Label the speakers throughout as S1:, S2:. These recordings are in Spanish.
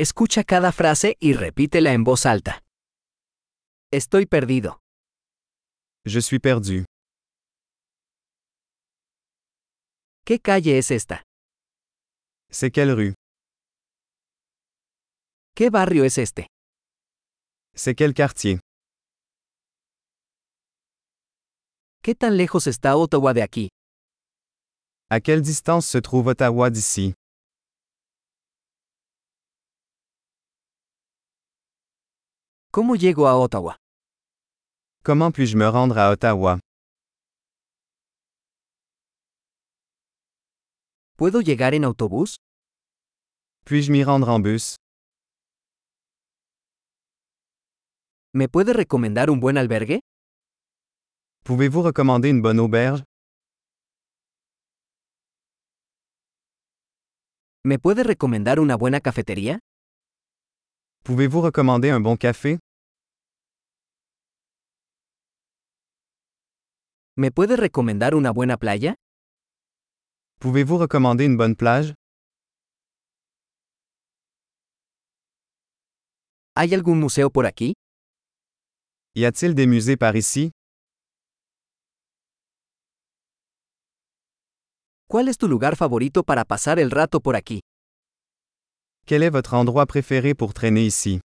S1: Escucha cada frase y repítela en voz alta. Estoy perdido.
S2: Je suis perdu.
S1: ¿Qué calle es esta?
S2: C'est quelle rue
S1: ¿Qué barrio es este?
S2: C'est quel quartier
S1: ¿Qué tan lejos está Ottawa de aquí?
S2: À quelle distance se trouve Ottawa d'ici
S1: ¿Cómo llego a Ottawa?
S2: Comment puis-je me rendre à Ottawa
S1: ¿Puedo llegar en autobús?
S2: Puis-je m'y rendre en bus
S1: ¿Me puede recomendar un buen albergue?
S2: Pouvez-vous recommander une bonne auberge
S1: ¿Me puede recomendar una buena cafetería?
S2: Pouvez-vous recommander un bon café
S1: ¿Me puede recomendar una buena playa?
S2: Pouvez-vous recommander une bonne plage
S1: ¿Hay algún museo por aquí?
S2: Y a-t-il des musées par ici
S1: ¿Cuál es tu lugar favorito para pasar el rato por aquí?
S2: Quel est votre endroit préféré pour traîner ici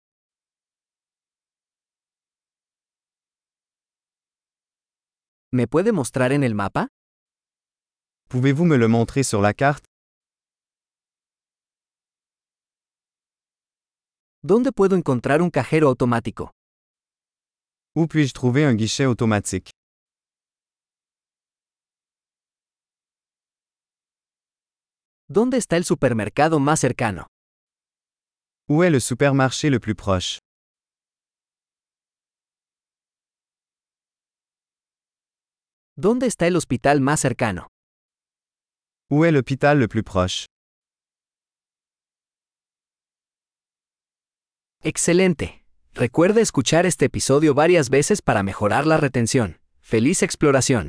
S1: ¿Me puede mostrar en el mapa?
S2: Pouvez-vous me le montrer sur la carte
S1: ¿Dónde puedo encontrar un cajero automático?
S2: Où puis-je trouver un guichet automatique
S1: ¿Dónde está el supermercado más cercano?
S2: Où est le supermarché le plus proche
S1: ¿Dónde está el hospital más cercano?
S2: Où est l'hôpital le plus proche
S1: Excelente. Recuerda escuchar este episodio varias veces para mejorar la retención. ¡Feliz exploración!